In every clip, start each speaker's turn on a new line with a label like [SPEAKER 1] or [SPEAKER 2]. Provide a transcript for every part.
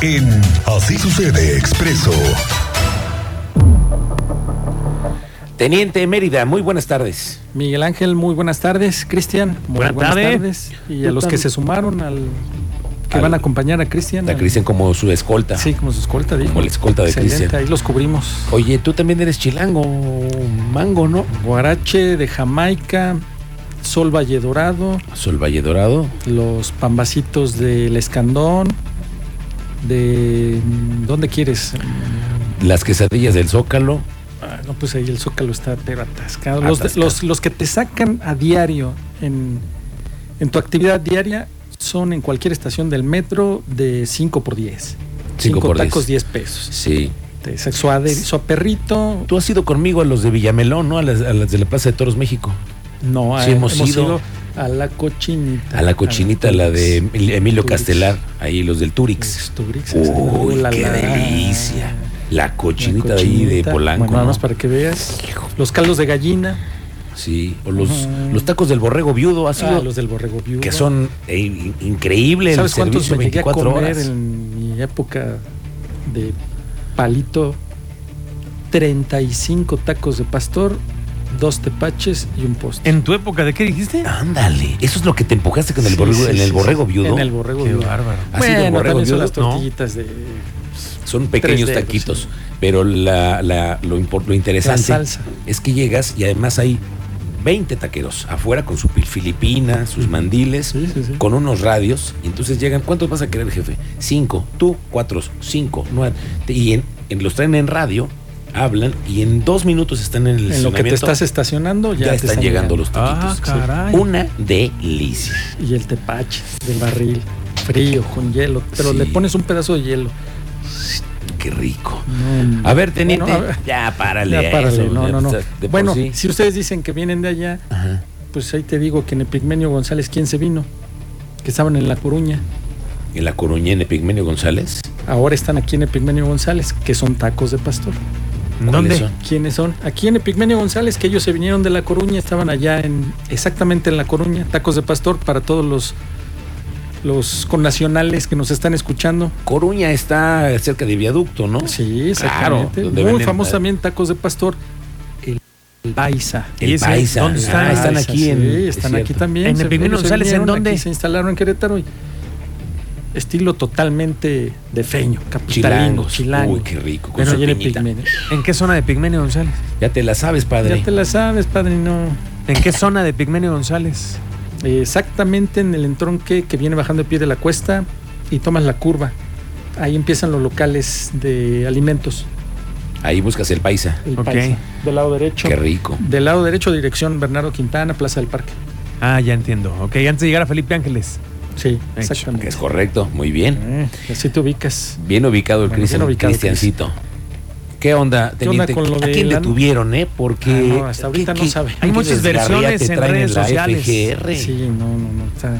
[SPEAKER 1] en Así sucede expreso.
[SPEAKER 2] Teniente Mérida, muy buenas tardes.
[SPEAKER 3] Miguel Ángel, muy buenas tardes. Cristian, muy
[SPEAKER 4] Buenas tardes.
[SPEAKER 3] Y a los que se sumaron, al que
[SPEAKER 2] Al-
[SPEAKER 3] van a acompañar a Cristian.
[SPEAKER 2] Está
[SPEAKER 3] al-
[SPEAKER 2] Cristian como su escolta.
[SPEAKER 3] Sí, como su escolta, dijo.
[SPEAKER 2] Como la escolta de
[SPEAKER 3] Excelente,
[SPEAKER 2] Cristian.
[SPEAKER 3] Ahí los cubrimos.
[SPEAKER 2] Oye, tú también eres chilango, mango, ¿no?
[SPEAKER 3] Guarache de Jamaica, Sol Valle Dorado,
[SPEAKER 2] Sol Valle Dorado.
[SPEAKER 3] los pambacitos del Escandón, de... ¿Dónde quieres?
[SPEAKER 2] Las quesadillas del Zócalo.
[SPEAKER 3] Ah, no, pues ahí el Zócalo está pero atascado. Los, de-
[SPEAKER 2] Atascado.
[SPEAKER 3] los- los que te sacan a diario en, en tu actividad diaria son en cualquier estación del metro de 5 por 10.
[SPEAKER 2] Cinco
[SPEAKER 3] 5
[SPEAKER 2] por
[SPEAKER 3] tacos, 10 pesos. Este,
[SPEAKER 2] Sí.
[SPEAKER 3] Te sa- su, ade- su perrito.
[SPEAKER 2] Tú has ido conmigo a los de Villamelón, ¿no? A las, a las de la Plaza de Toros México.
[SPEAKER 3] No,
[SPEAKER 2] Sí,
[SPEAKER 3] eh,
[SPEAKER 2] hemos ido.
[SPEAKER 3] a la cochinita.
[SPEAKER 2] A la cochinita, la de Emil- Emilio
[SPEAKER 3] Turix.
[SPEAKER 2] Castelar. Ahí los del Turix.
[SPEAKER 3] Turix,
[SPEAKER 2] Uy,
[SPEAKER 3] la-
[SPEAKER 2] qué
[SPEAKER 3] la-
[SPEAKER 2] delicia. La
[SPEAKER 3] la
[SPEAKER 2] cochinita, de ahí de
[SPEAKER 3] cochinita.
[SPEAKER 2] Polanco.
[SPEAKER 3] Bueno, nada
[SPEAKER 2] ¿no?
[SPEAKER 3] más para que veas. Los caldos de gallina.
[SPEAKER 2] Sí. O los,
[SPEAKER 3] Ujú.
[SPEAKER 2] los tacos del borrego viudo. ¿Has
[SPEAKER 3] ah,
[SPEAKER 2] ido?
[SPEAKER 3] los del borrego viudo.
[SPEAKER 2] que son eh, in- increíbles el
[SPEAKER 3] ¿Sabes cuántos
[SPEAKER 2] servicio
[SPEAKER 3] me llegué a
[SPEAKER 2] 24
[SPEAKER 3] comer
[SPEAKER 2] horas.
[SPEAKER 3] en mi época de palito? 35 tacos de pastor, dos tepaches y un postre.
[SPEAKER 4] ¿En tu época de qué
[SPEAKER 2] Ah,
[SPEAKER 4] dijiste?
[SPEAKER 2] Ándale, eso es lo que te empujaste con el
[SPEAKER 3] Sí,
[SPEAKER 2] borrego,
[SPEAKER 3] sí,
[SPEAKER 2] en
[SPEAKER 3] sí,
[SPEAKER 2] el
[SPEAKER 3] sí.
[SPEAKER 2] borrego viudo.
[SPEAKER 3] En el borrego
[SPEAKER 4] Qué
[SPEAKER 3] viudo.
[SPEAKER 4] bárbaro.
[SPEAKER 2] ¿Has ido
[SPEAKER 3] Bueno,
[SPEAKER 2] borrego
[SPEAKER 3] también
[SPEAKER 2] viudo?
[SPEAKER 3] son las
[SPEAKER 4] No.
[SPEAKER 3] tortillitas de
[SPEAKER 2] Son pequeños
[SPEAKER 3] Tres dedos,
[SPEAKER 2] taquitos,
[SPEAKER 3] sí.
[SPEAKER 2] pero la, la- lo, impor- lo
[SPEAKER 3] la
[SPEAKER 2] interesante
[SPEAKER 3] salsa.
[SPEAKER 2] es que llegas y además hay 20 taqueros afuera con su pil- filipina, sus mandiles,
[SPEAKER 3] Sí, sí, sí.
[SPEAKER 2] con unos radios. Y entonces llegan, ¿cuántos vas a querer, jefe? Cinco, tú, cuatro, cinco, nueve. Te- Y en, en- los traen en radio, hablan y en dos minutos están en el
[SPEAKER 3] En lo que te
[SPEAKER 2] estacionamiento.
[SPEAKER 3] estás estacionando ya,
[SPEAKER 2] ya,
[SPEAKER 3] te
[SPEAKER 2] están llegando los
[SPEAKER 4] Ah,
[SPEAKER 2] taquitos.
[SPEAKER 4] caray.
[SPEAKER 2] Una delicia.
[SPEAKER 3] Y el tepache del barril, frío, con hielo. Pero
[SPEAKER 2] Sí.
[SPEAKER 3] le pones un pedazo de hielo.
[SPEAKER 2] Qué rico.
[SPEAKER 3] No,
[SPEAKER 2] A ver, teniente.
[SPEAKER 3] Bueno, a ver.
[SPEAKER 2] Ya párale.
[SPEAKER 3] Ya
[SPEAKER 2] a
[SPEAKER 3] párale,
[SPEAKER 2] eso,
[SPEAKER 3] no,
[SPEAKER 2] ya,
[SPEAKER 3] no,
[SPEAKER 2] o
[SPEAKER 3] no.
[SPEAKER 2] sea, de por
[SPEAKER 3] Bueno,
[SPEAKER 2] sí.
[SPEAKER 3] si ustedes dicen que vienen de allá,
[SPEAKER 2] Ajá.
[SPEAKER 3] Pues ahí te digo que en Epigmenio González, ¿quién se vino? Que estaban en La Coruña.
[SPEAKER 2] En la Coruña, en Epigmenio González.
[SPEAKER 3] Ahora están aquí en Epigmenio González, que son tacos de pastor.
[SPEAKER 2] ¿Cuáles
[SPEAKER 4] ¿Dónde?
[SPEAKER 2] son?
[SPEAKER 3] ¿Quiénes son? Aquí en Epigmenio González, que ellos se vinieron de La Coruña, estaban allá en exactamente en La Coruña, tacos de pastor para todos los los connacionales que nos están escuchando.
[SPEAKER 2] Coruña está cerca de Viaducto, ¿no?
[SPEAKER 3] Sí, exactamente.
[SPEAKER 2] Claro, donde
[SPEAKER 3] Muy
[SPEAKER 2] venden,
[SPEAKER 3] famoso
[SPEAKER 2] eh,
[SPEAKER 3] también tacos de pastor. El, el Baiza.
[SPEAKER 4] ¿Y
[SPEAKER 2] El
[SPEAKER 4] ese?
[SPEAKER 2] Paisa.
[SPEAKER 4] ¿Dónde están?
[SPEAKER 2] Ah, están
[SPEAKER 3] Baiza,
[SPEAKER 2] aquí en.
[SPEAKER 3] sí,
[SPEAKER 2] es
[SPEAKER 3] están aquí
[SPEAKER 2] cierto.
[SPEAKER 3] también.
[SPEAKER 4] En
[SPEAKER 3] Se-
[SPEAKER 4] Epigmenio
[SPEAKER 3] ellos se
[SPEAKER 4] González, ¿en
[SPEAKER 3] vinieron aquí,
[SPEAKER 4] dónde?
[SPEAKER 3] se instalaron en Querétaro y estilo totalmente de feño, capitalino,
[SPEAKER 2] Chilangos.
[SPEAKER 3] chilango.
[SPEAKER 2] Uy, qué rico. con
[SPEAKER 3] pero
[SPEAKER 2] su
[SPEAKER 3] ya en
[SPEAKER 2] piñita.
[SPEAKER 3] Epigmenio.
[SPEAKER 4] ¿En qué zona de Pigmenio González?
[SPEAKER 2] Ya te la sabes, padre.
[SPEAKER 3] Ya te la sabes, padre, no.
[SPEAKER 4] ¿En qué zona de Pigmenio González?
[SPEAKER 3] Exactamente en el entronque que viene bajando el pie de la cuesta y tomas la curva. Ahí empiezan los locales de alimentos.
[SPEAKER 2] Ahí buscas el paisa.
[SPEAKER 3] El
[SPEAKER 4] Ok.
[SPEAKER 3] Baiza, Del lado derecho.
[SPEAKER 2] Qué rico.
[SPEAKER 3] Del lado derecho, dirección Bernardo Quintana, Plaza del Parque.
[SPEAKER 4] Ah, ya entiendo. Ok, antes de llegar a Felipe Ángeles.
[SPEAKER 3] Sí,
[SPEAKER 4] Hecho.
[SPEAKER 3] exactamente.
[SPEAKER 2] Es correcto. Muy bien.
[SPEAKER 3] Eh, así te ubicas.
[SPEAKER 2] Bien ubicado el
[SPEAKER 3] Bueno,
[SPEAKER 2] Cristian-
[SPEAKER 3] bien ubicado,
[SPEAKER 2] Cristiancito. ¿Qué onda,
[SPEAKER 3] ¿Qué onda
[SPEAKER 2] teniente?
[SPEAKER 3] con lo
[SPEAKER 2] ¿A
[SPEAKER 3] de
[SPEAKER 2] quién
[SPEAKER 3] la-
[SPEAKER 2] detuvieron, eh? Porque.
[SPEAKER 3] Ah, no, hasta ahorita
[SPEAKER 2] ¿qué-
[SPEAKER 3] no
[SPEAKER 2] qué-
[SPEAKER 3] sabe.
[SPEAKER 2] qué
[SPEAKER 4] Hay muchas
[SPEAKER 2] desgarriate
[SPEAKER 4] versiones en
[SPEAKER 2] traen
[SPEAKER 4] redes
[SPEAKER 2] la
[SPEAKER 4] sociales.
[SPEAKER 2] FGR?
[SPEAKER 3] Sí, no, no, no. Está,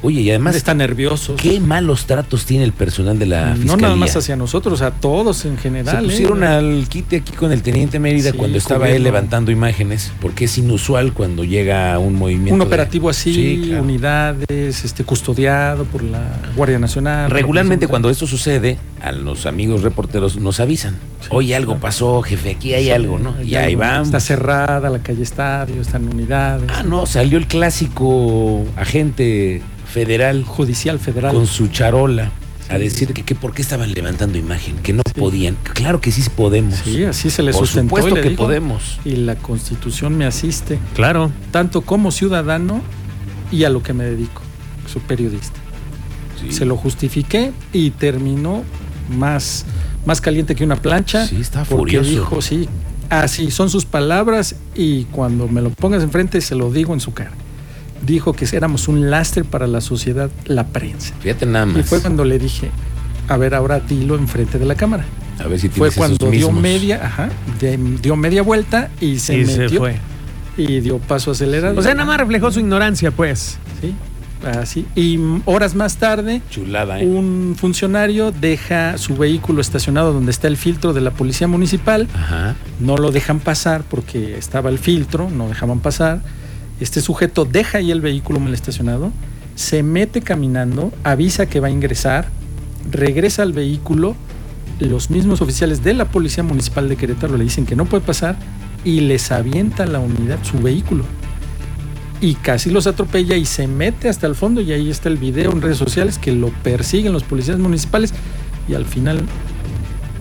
[SPEAKER 2] Oye, y además
[SPEAKER 3] está nervioso.
[SPEAKER 2] ¿Qué malos tratos tiene el personal de la
[SPEAKER 3] no
[SPEAKER 2] fiscalía?
[SPEAKER 3] nada más hacia nosotros, a todos en
[SPEAKER 2] Se
[SPEAKER 3] general.
[SPEAKER 2] pusieron
[SPEAKER 3] ¿eh?
[SPEAKER 2] al quite aquí con el teniente Mérida
[SPEAKER 3] Sí,
[SPEAKER 2] cuando estaba él
[SPEAKER 3] cubierno.
[SPEAKER 2] levantando imágenes, porque es inusual cuando llega un movimiento.
[SPEAKER 3] Un
[SPEAKER 2] de-
[SPEAKER 3] operativo así,
[SPEAKER 2] Sí, claro.
[SPEAKER 3] unidades, este, custodiado por la Guardia Nacional.
[SPEAKER 2] Regularmente
[SPEAKER 3] por la
[SPEAKER 2] cuando esto sucede, a los amigos reporteros nos avisan. Oye, algo pasó, jefe, aquí hay algo, ¿no?
[SPEAKER 3] Hay
[SPEAKER 2] Y ahí
[SPEAKER 3] algo.
[SPEAKER 2] vamos.
[SPEAKER 3] Está cerrada la calle Estadio, están unidades.
[SPEAKER 2] Ah, no, salió el clásico agente federal
[SPEAKER 3] Judicial Federal.
[SPEAKER 2] con su charola a
[SPEAKER 3] Sí.
[SPEAKER 2] decir que, que por qué estaban levantando imagen, que no
[SPEAKER 3] Sí.
[SPEAKER 2] podían. Claro que sí podemos.
[SPEAKER 3] Sí, así se le
[SPEAKER 2] Por
[SPEAKER 3] sustentó. y
[SPEAKER 2] supuesto
[SPEAKER 3] le
[SPEAKER 2] que
[SPEAKER 3] dijo,
[SPEAKER 2] podemos.
[SPEAKER 3] Y la Constitución me asiste,
[SPEAKER 4] Claro.
[SPEAKER 3] tanto como ciudadano y a lo que me dedico. Soy periodista.
[SPEAKER 2] Sí.
[SPEAKER 3] Se lo justifiqué y terminó más, más caliente que una plancha.
[SPEAKER 2] Sí, está
[SPEAKER 3] porque
[SPEAKER 2] furioso.
[SPEAKER 3] dijo, sí, así son sus palabras y cuando me lo pongas enfrente se lo digo en su cara. Dijo que éramos un lastre para la sociedad, la prensa.
[SPEAKER 2] Fíjate nada
[SPEAKER 3] Y
[SPEAKER 2] más.
[SPEAKER 3] fue cuando le dije, a ver, ahora dilo enfrente de la cámara.
[SPEAKER 2] a ver si
[SPEAKER 3] Fue
[SPEAKER 2] tienes esos
[SPEAKER 3] cuando dio
[SPEAKER 2] mismos.
[SPEAKER 3] media, ajá, de- dio media vuelta y se
[SPEAKER 4] y
[SPEAKER 3] metió
[SPEAKER 4] se fue.
[SPEAKER 3] y dio paso acelerado.
[SPEAKER 4] O sea, nada más reflejó su ignorancia, pues.
[SPEAKER 3] Sí, así. Y mm, horas más tarde,
[SPEAKER 2] Chulada, ¿eh?
[SPEAKER 3] un funcionario deja su vehículo estacionado donde está el filtro de la policía municipal.
[SPEAKER 2] Ajá.
[SPEAKER 3] No lo dejan pasar porque estaba el filtro, no dejaban pasar. Este sujeto deja ahí el vehículo mal estacionado, se mete caminando, avisa que va a ingresar, regresa al vehículo, los mismos oficiales de la Policía Municipal de Querétaro le dicen que no puede pasar y les avienta la unidad su vehículo. Y casi los atropella y se mete hasta el fondo y ahí está el video en redes sociales que lo persiguen los policías municipales y al final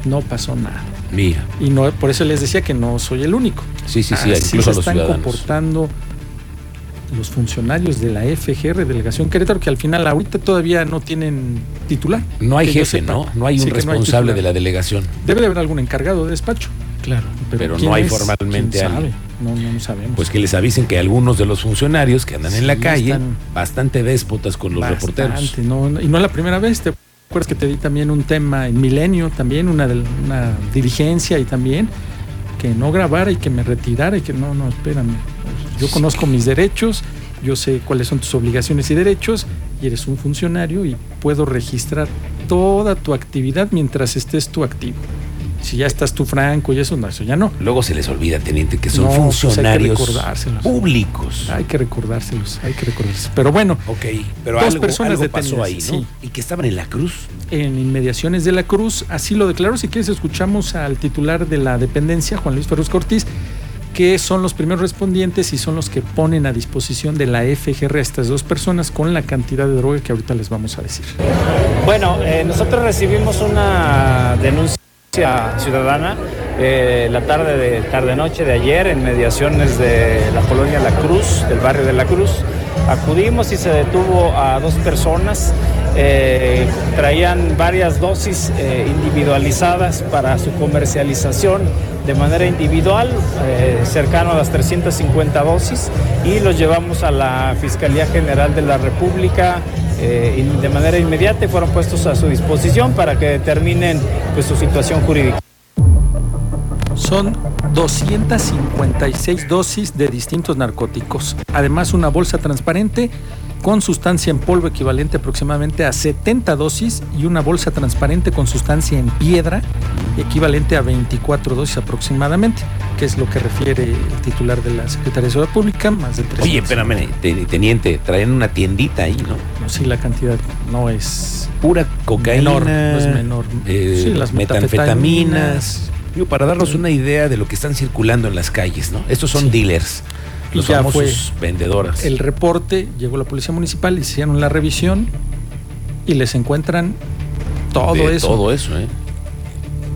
[SPEAKER 3] no pasó nada.
[SPEAKER 2] Mira,
[SPEAKER 3] Y no, por eso les decía que no soy el único.
[SPEAKER 2] sí, sí, sí,
[SPEAKER 3] Así
[SPEAKER 2] incluso
[SPEAKER 3] Ah, se
[SPEAKER 2] a los
[SPEAKER 3] están
[SPEAKER 2] ciudadanos.
[SPEAKER 3] comportando los funcionarios de la FGR, Delegación Querétaro, que al final ahorita todavía no tienen titular.
[SPEAKER 2] No hay
[SPEAKER 3] que yo
[SPEAKER 2] jefe,
[SPEAKER 3] sepa.
[SPEAKER 2] ¿no? No hay un
[SPEAKER 3] Sí, que no
[SPEAKER 2] responsable de
[SPEAKER 3] titular.
[SPEAKER 2] la delegación.
[SPEAKER 3] Debe de haber algún encargado de despacho. Claro.
[SPEAKER 2] pero no
[SPEAKER 3] ¿quién
[SPEAKER 2] hay
[SPEAKER 3] es?
[SPEAKER 2] formalmente
[SPEAKER 3] ¿Quién
[SPEAKER 2] alguien.
[SPEAKER 3] sabe? No, no, no sabemos.
[SPEAKER 2] Pues que les avisen que algunos de los funcionarios que andan en la
[SPEAKER 3] Sí,
[SPEAKER 2] calle,
[SPEAKER 3] están-
[SPEAKER 2] bastante déspotas con los
[SPEAKER 3] Bastante,
[SPEAKER 2] reporteros.
[SPEAKER 3] no, no- y no es la primera vez. ¿Te acuerdas que te di también un tema en Milenio, también una, del- una dirigencia y también que no grabara y que me retirara y que no, no, espérame. Yo conozco mis derechos, yo sé cuáles son tus obligaciones y derechos y eres un funcionario y puedo registrar toda tu actividad mientras estés tú activo. Si ya estás tú franco y eso, no, eso ya no.
[SPEAKER 2] Luego se les olvida, teniente, que son
[SPEAKER 3] No, pues hay que
[SPEAKER 2] funcionarios
[SPEAKER 3] recordárselos.
[SPEAKER 2] públicos.
[SPEAKER 3] Hay que recordárselos, hay que recordárselos. Pero bueno,
[SPEAKER 2] Ok, pero
[SPEAKER 3] Dos
[SPEAKER 2] algo,
[SPEAKER 3] personas
[SPEAKER 2] algo pasó ahí, ¿no?
[SPEAKER 3] detenidas, sí.
[SPEAKER 2] Y que estaban en la cruz.
[SPEAKER 3] en inmediaciones de la Cruz. Así lo declaró. Si quieres, escuchamos al titular de la dependencia, Juan Luis Ferruz Cortés, que son los primeros respondientes y son los que ponen a disposición de la FGR a estas dos personas con la cantidad de droga que ahorita les vamos a decir.
[SPEAKER 5] Bueno, eh, nosotros recibimos una denuncia ciudadana eh, la tarde de tarde noche de ayer en mediaciones de la colonia La Cruz, del barrio de La Cruz. Acudimos y se detuvo a dos personas. eh, traían varias dosis eh, individualizadas para su comercialización de manera individual, eh, cercano a las 350 dosis, y los llevamos a la Fiscalía General de la República eh, y de manera inmediata y fueron puestos a su disposición para que determinen pues, su situación jurídica.
[SPEAKER 3] Son 256 dosis de distintos narcóticos. Además, una bolsa transparente con sustancia en polvo equivalente aproximadamente a 70 dosis y una bolsa transparente con sustancia en piedra equivalente a 24 dosis aproximadamente, que es lo que refiere el titular de la Secretaría de Seguridad Pública, más de tres.
[SPEAKER 2] Oye, espérame, te- teniente, traen una tiendita ahí, ¿no?
[SPEAKER 3] No, sí, la cantidad no es
[SPEAKER 2] Pura cocaína.
[SPEAKER 3] menor, no es menor.
[SPEAKER 2] eh,
[SPEAKER 3] Sí, las
[SPEAKER 2] metanfetaminas. Digo, para darnos una idea de lo que están circulando en las calles, ¿no? Estos son
[SPEAKER 3] Sí.
[SPEAKER 2] dealers,
[SPEAKER 3] Y
[SPEAKER 2] los
[SPEAKER 3] ya
[SPEAKER 2] famosos vendedoras.
[SPEAKER 3] el reporte, llegó la policía municipal, hicieron la revisión y les encuentran todo
[SPEAKER 2] De
[SPEAKER 3] eso
[SPEAKER 2] Todo eso, ¿eh?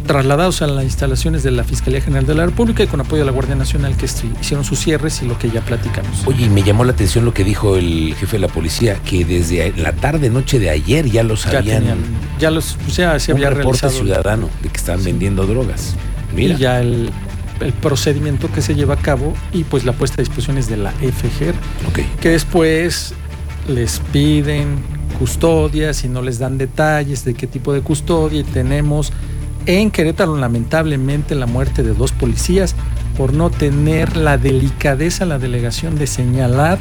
[SPEAKER 3] trasladados a las instalaciones de la Fiscalía General de la República y con apoyo de la Guardia Nacional que sí, hicieron sus cierres y lo que ya platicamos.
[SPEAKER 2] Oye, y me llamó la atención lo que dijo el jefe de la policía, que desde a- la tarde, noche de ayer ya los
[SPEAKER 3] ya
[SPEAKER 2] habían.
[SPEAKER 3] tenían, ya los, o sea, se
[SPEAKER 2] un
[SPEAKER 3] había
[SPEAKER 2] reporte
[SPEAKER 3] realizado
[SPEAKER 2] ciudadano de que estaban
[SPEAKER 3] Sí.
[SPEAKER 2] vendiendo drogas. Mira.
[SPEAKER 3] y ya el, el procedimiento que se lleva a cabo y pues la puesta a disposición es de la FGR,
[SPEAKER 2] Ok.
[SPEAKER 3] que después les piden custodias y no les dan detalles de qué tipo de custodia y tenemos en Querétaro lamentablemente la muerte de dos policías por no tener la delicadeza la delegación de señalar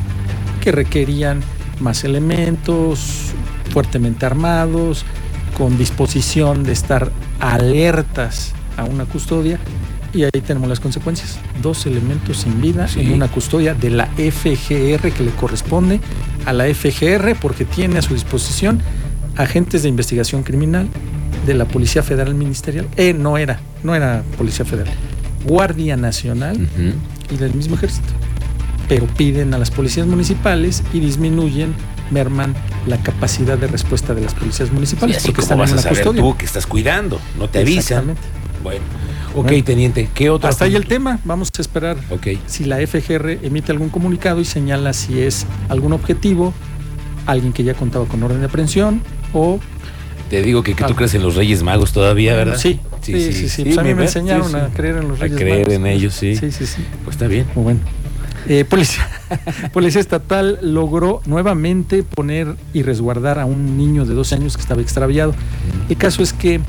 [SPEAKER 3] que requerían más elementos fuertemente armados con disposición de estar alertas a una custodia y ahí tenemos las consecuencias. Dos elementos sin vida
[SPEAKER 2] Sí.
[SPEAKER 3] en una custodia de la FGR que le corresponde a la FGR porque tiene a su disposición agentes de investigación criminal de la Policía Federal Ministerial. Eh, no era, no era Policía Federal. Guardia Nacional
[SPEAKER 2] Ujú.
[SPEAKER 3] y del mismo ejército. Pero piden a las policías municipales y disminuyen, merman la capacidad de respuesta de las policías
[SPEAKER 2] Y
[SPEAKER 3] municipales
[SPEAKER 2] así
[SPEAKER 3] porque
[SPEAKER 2] como
[SPEAKER 3] están en
[SPEAKER 2] vas a
[SPEAKER 3] una
[SPEAKER 2] saber
[SPEAKER 3] custodia.
[SPEAKER 2] tú que estás cuidando, no te avisan.
[SPEAKER 3] Exactamente.
[SPEAKER 2] Bueno. Ok,
[SPEAKER 3] Bueno.
[SPEAKER 2] teniente, ¿qué otro?
[SPEAKER 3] Hasta ahí el
[SPEAKER 2] asunto?
[SPEAKER 3] tema, vamos a esperar
[SPEAKER 2] Ok.
[SPEAKER 3] si la FGR emite algún comunicado y señala si es algún objetivo, alguien que ya contaba con orden de aprehensión o...
[SPEAKER 2] Te digo que, que tú
[SPEAKER 3] Ah.
[SPEAKER 2] crees en los Reyes Magos todavía, ¿verdad?
[SPEAKER 3] Sí, sí, sí, sí, pues a mí me
[SPEAKER 2] ¿verdad?
[SPEAKER 3] enseñaron
[SPEAKER 2] Sí, sí.
[SPEAKER 3] a creer en los
[SPEAKER 2] A
[SPEAKER 3] Reyes
[SPEAKER 2] creer
[SPEAKER 3] Magos.
[SPEAKER 2] en ellos, sí.
[SPEAKER 3] Sí, sí, sí.
[SPEAKER 2] Pues está bien.
[SPEAKER 3] Muy bueno. Eh, policía, policía estatal logró nuevamente poner y resguardar a un niño de 12 años que estaba extraviado. El caso es que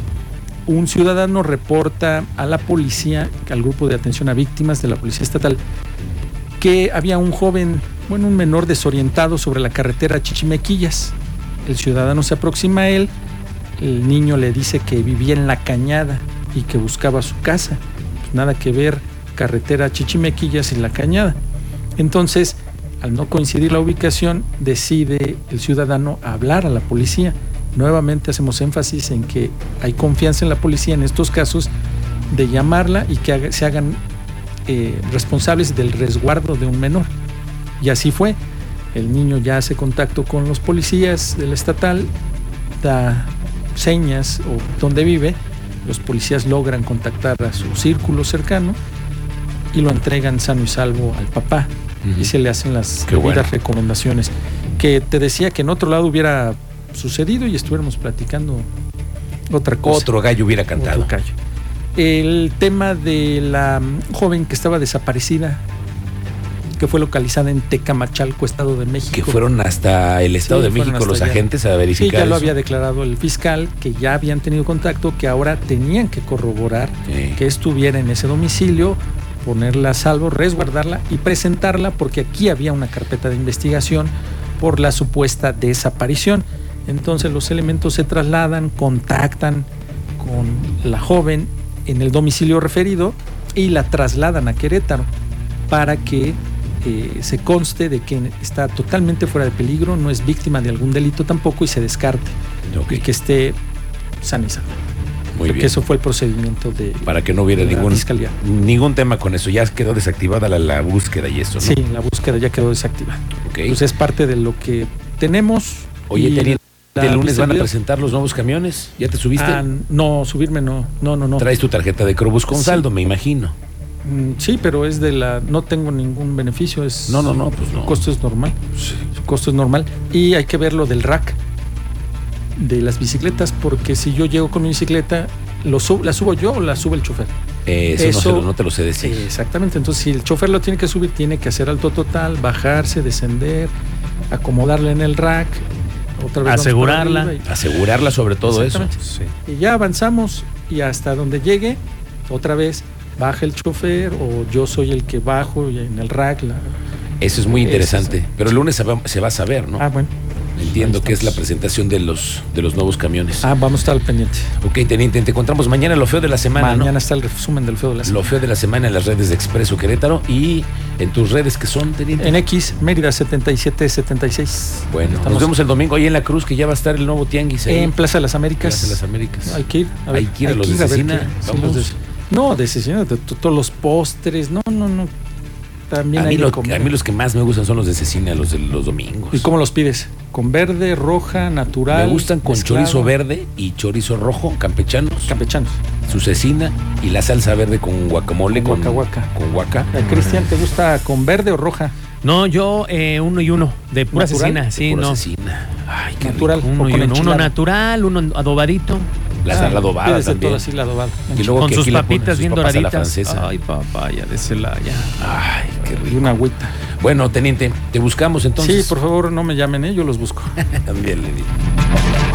[SPEAKER 3] un ciudadano reporta a la policía, al grupo de atención a víctimas de la policía estatal, que había un joven, bueno, un menor desorientado sobre la carretera Chichimequillas. El ciudadano se aproxima a él, el niño le dice que vivía en la cañada y que buscaba su casa. Pues nada que ver carretera Chichimequillas y la cañada. Entonces, al no coincidir la ubicación, decide el ciudadano hablar a la policía nuevamente hacemos énfasis en que hay confianza en la policía en estos casos de llamarla y que haga- se hagan eh, responsables del resguardo de un menor. Y así fue. El niño ya hace contacto con los policías del estatal, da señas o dónde vive. Los policías logran contactar a su círculo cercano y lo entregan sano y salvo al papá.
[SPEAKER 2] Ujú.
[SPEAKER 3] Y se le hacen las
[SPEAKER 2] Qué
[SPEAKER 3] debidas
[SPEAKER 2] bueno.
[SPEAKER 3] recomendaciones. Que te decía que en otro lado hubiera sucedido y estuviéramos platicando otra cosa.
[SPEAKER 2] Otro gallo hubiera cantado.
[SPEAKER 3] Otro callo. El tema de la mm, joven que estaba desaparecida, que fue localizada en Tecamachalco, Estado de México.
[SPEAKER 2] que fueron hasta el Estado
[SPEAKER 3] Sí,
[SPEAKER 2] de
[SPEAKER 3] fueron
[SPEAKER 2] México
[SPEAKER 3] hasta
[SPEAKER 2] los
[SPEAKER 3] allá.
[SPEAKER 2] agentes a
[SPEAKER 3] Sí,
[SPEAKER 2] verificar.
[SPEAKER 3] ya
[SPEAKER 2] eso.
[SPEAKER 3] lo había declarado el fiscal, que ya habían tenido contacto, que ahora tenían que corroborar
[SPEAKER 2] Sí.
[SPEAKER 3] que estuviera en ese domicilio, ponerla a salvo, resguardarla y presentarla, porque aquí había una carpeta de investigación por la supuesta desaparición. Entonces los elementos se trasladan, contactan con la joven en el domicilio referido y la trasladan a Querétaro para que eh, se conste de que está totalmente fuera de peligro, no es víctima de algún delito tampoco y se descarte
[SPEAKER 2] Ok,
[SPEAKER 3] y que esté sana y salva.
[SPEAKER 2] muy
[SPEAKER 3] Creo
[SPEAKER 2] bien.
[SPEAKER 3] que eso fue el procedimiento de,
[SPEAKER 2] Para que no hubiera
[SPEAKER 3] de la
[SPEAKER 2] ningún,
[SPEAKER 3] fiscalía.
[SPEAKER 2] ningún tema con eso. Ya quedó desactivada la, la búsqueda y eso, ¿no?
[SPEAKER 3] Sí, la búsqueda ya quedó desactivada.
[SPEAKER 2] Ok.
[SPEAKER 3] Pues es parte de lo que tenemos.
[SPEAKER 2] Oye,
[SPEAKER 3] Y
[SPEAKER 2] teniente,
[SPEAKER 3] la
[SPEAKER 2] el lunes van a
[SPEAKER 3] vicealcalde-
[SPEAKER 2] presentar los nuevos camiones. ¿Ya te subiste?
[SPEAKER 3] Ah, no, subirme no. No, no, no.
[SPEAKER 2] Traes tu tarjeta de Crobus con
[SPEAKER 3] Sí.
[SPEAKER 2] saldo, me imagino.
[SPEAKER 3] Mm, sí, pero es de la. No tengo ningún beneficio. Es,
[SPEAKER 2] No, no, no, pues no.
[SPEAKER 3] Su costo es normal. Su costo es normal. Y hay que ver lo del rack de las bicicletas, porque si yo llego con mi bicicleta, lo sub- ¿la subo yo o la sube el chofer?
[SPEAKER 2] Eh, eso, no,
[SPEAKER 3] Eso-
[SPEAKER 2] se lo- no te lo sé decir.
[SPEAKER 3] Exactamente. Entonces, si el chofer lo tiene que subir, tiene que hacer alto total, bajarse, descender, acomodarla en el rack, otra vez vamos
[SPEAKER 4] Asegurarla.
[SPEAKER 3] para arriba
[SPEAKER 2] Asegurarla sobre todo eso.
[SPEAKER 3] Exactamente.
[SPEAKER 4] Sí.
[SPEAKER 3] Y, y ya avanzamos y hasta donde llegue, otra vez baja el chofer o yo soy el que bajo y en el rack. la-
[SPEAKER 2] Eso es muy
[SPEAKER 3] Eso es-
[SPEAKER 2] interesante. Pero el lunes se va, se va a saber, ¿no?
[SPEAKER 3] Ah, bueno.
[SPEAKER 2] Entiendo
[SPEAKER 3] ahí
[SPEAKER 2] que es la
[SPEAKER 3] estamos.
[SPEAKER 2] presentación de los, de los nuevos camiones.
[SPEAKER 3] Ah, vamos a estar al pendiente.
[SPEAKER 2] Ok, teniente, te encontramos mañana lo feo de la semana, ¿no?
[SPEAKER 3] Mañana está el resumen del feo de la
[SPEAKER 2] Lo
[SPEAKER 3] semana.
[SPEAKER 2] feo de la semana en las redes de Expreso Querétaro y en tus redes que son, teniente.
[SPEAKER 3] En X, Mérida 7776.
[SPEAKER 2] Bueno,
[SPEAKER 3] Estamos
[SPEAKER 2] nos vemos el domingo ahí en la cruz que ya va a estar el nuevo tianguis ahí
[SPEAKER 3] en Plaza de las Américas.
[SPEAKER 2] Plaza de las Américas.
[SPEAKER 3] Hay que ir. a
[SPEAKER 2] Hay que ir a los de
[SPEAKER 3] ver
[SPEAKER 2] Cecina,
[SPEAKER 3] qué- si
[SPEAKER 2] vamos de-
[SPEAKER 3] No, de Cecina, de to- todos los postres. No, no, no. También
[SPEAKER 2] a,
[SPEAKER 3] hay
[SPEAKER 2] mí
[SPEAKER 3] de
[SPEAKER 2] lo-
[SPEAKER 3] comer.
[SPEAKER 2] a mí los que más me gustan son los de cecina, los de los domingos.
[SPEAKER 3] ¿Y cómo los pides? ¿Con verde, roja, natural?
[SPEAKER 2] me gustan con
[SPEAKER 3] mezclado?
[SPEAKER 2] chorizo verde y chorizo rojo, campechanos,
[SPEAKER 3] Campechanos.
[SPEAKER 2] su cecina y la salsa verde con guacamole,
[SPEAKER 3] Con
[SPEAKER 2] con,
[SPEAKER 3] guacahuaca.
[SPEAKER 2] con guaca.
[SPEAKER 3] Eh, Cristian, ¿te gusta con verde o roja?
[SPEAKER 4] No, yo eh, uno y uno, de pura
[SPEAKER 3] ¿Natural?
[SPEAKER 4] asesina, sí,
[SPEAKER 2] Pura
[SPEAKER 4] no.
[SPEAKER 2] cecina. Ay, qué
[SPEAKER 3] Natural.
[SPEAKER 2] rico.
[SPEAKER 3] o
[SPEAKER 4] Uno, y
[SPEAKER 3] con
[SPEAKER 4] uno, uno
[SPEAKER 3] enchilada.
[SPEAKER 4] natural, uno adobadito,
[SPEAKER 2] La
[SPEAKER 3] Ah,
[SPEAKER 2] sal adobada
[SPEAKER 3] pides de
[SPEAKER 2] también.
[SPEAKER 3] todo así, la adobada.
[SPEAKER 2] Y luego
[SPEAKER 4] con
[SPEAKER 2] que
[SPEAKER 4] sus
[SPEAKER 2] aquí le ponen
[SPEAKER 4] papitas
[SPEAKER 2] sus
[SPEAKER 4] bien
[SPEAKER 2] papas a la
[SPEAKER 4] doraditas.
[SPEAKER 2] francesa.
[SPEAKER 4] Ay, papaya de Celaya.
[SPEAKER 2] Ay, qué
[SPEAKER 3] Y
[SPEAKER 2] rico.
[SPEAKER 3] una agüita.
[SPEAKER 2] Bueno, teniente, te buscamos entonces.
[SPEAKER 3] sí, por favor, no me llamen, ¿eh? yo los busco.
[SPEAKER 2] También le digo.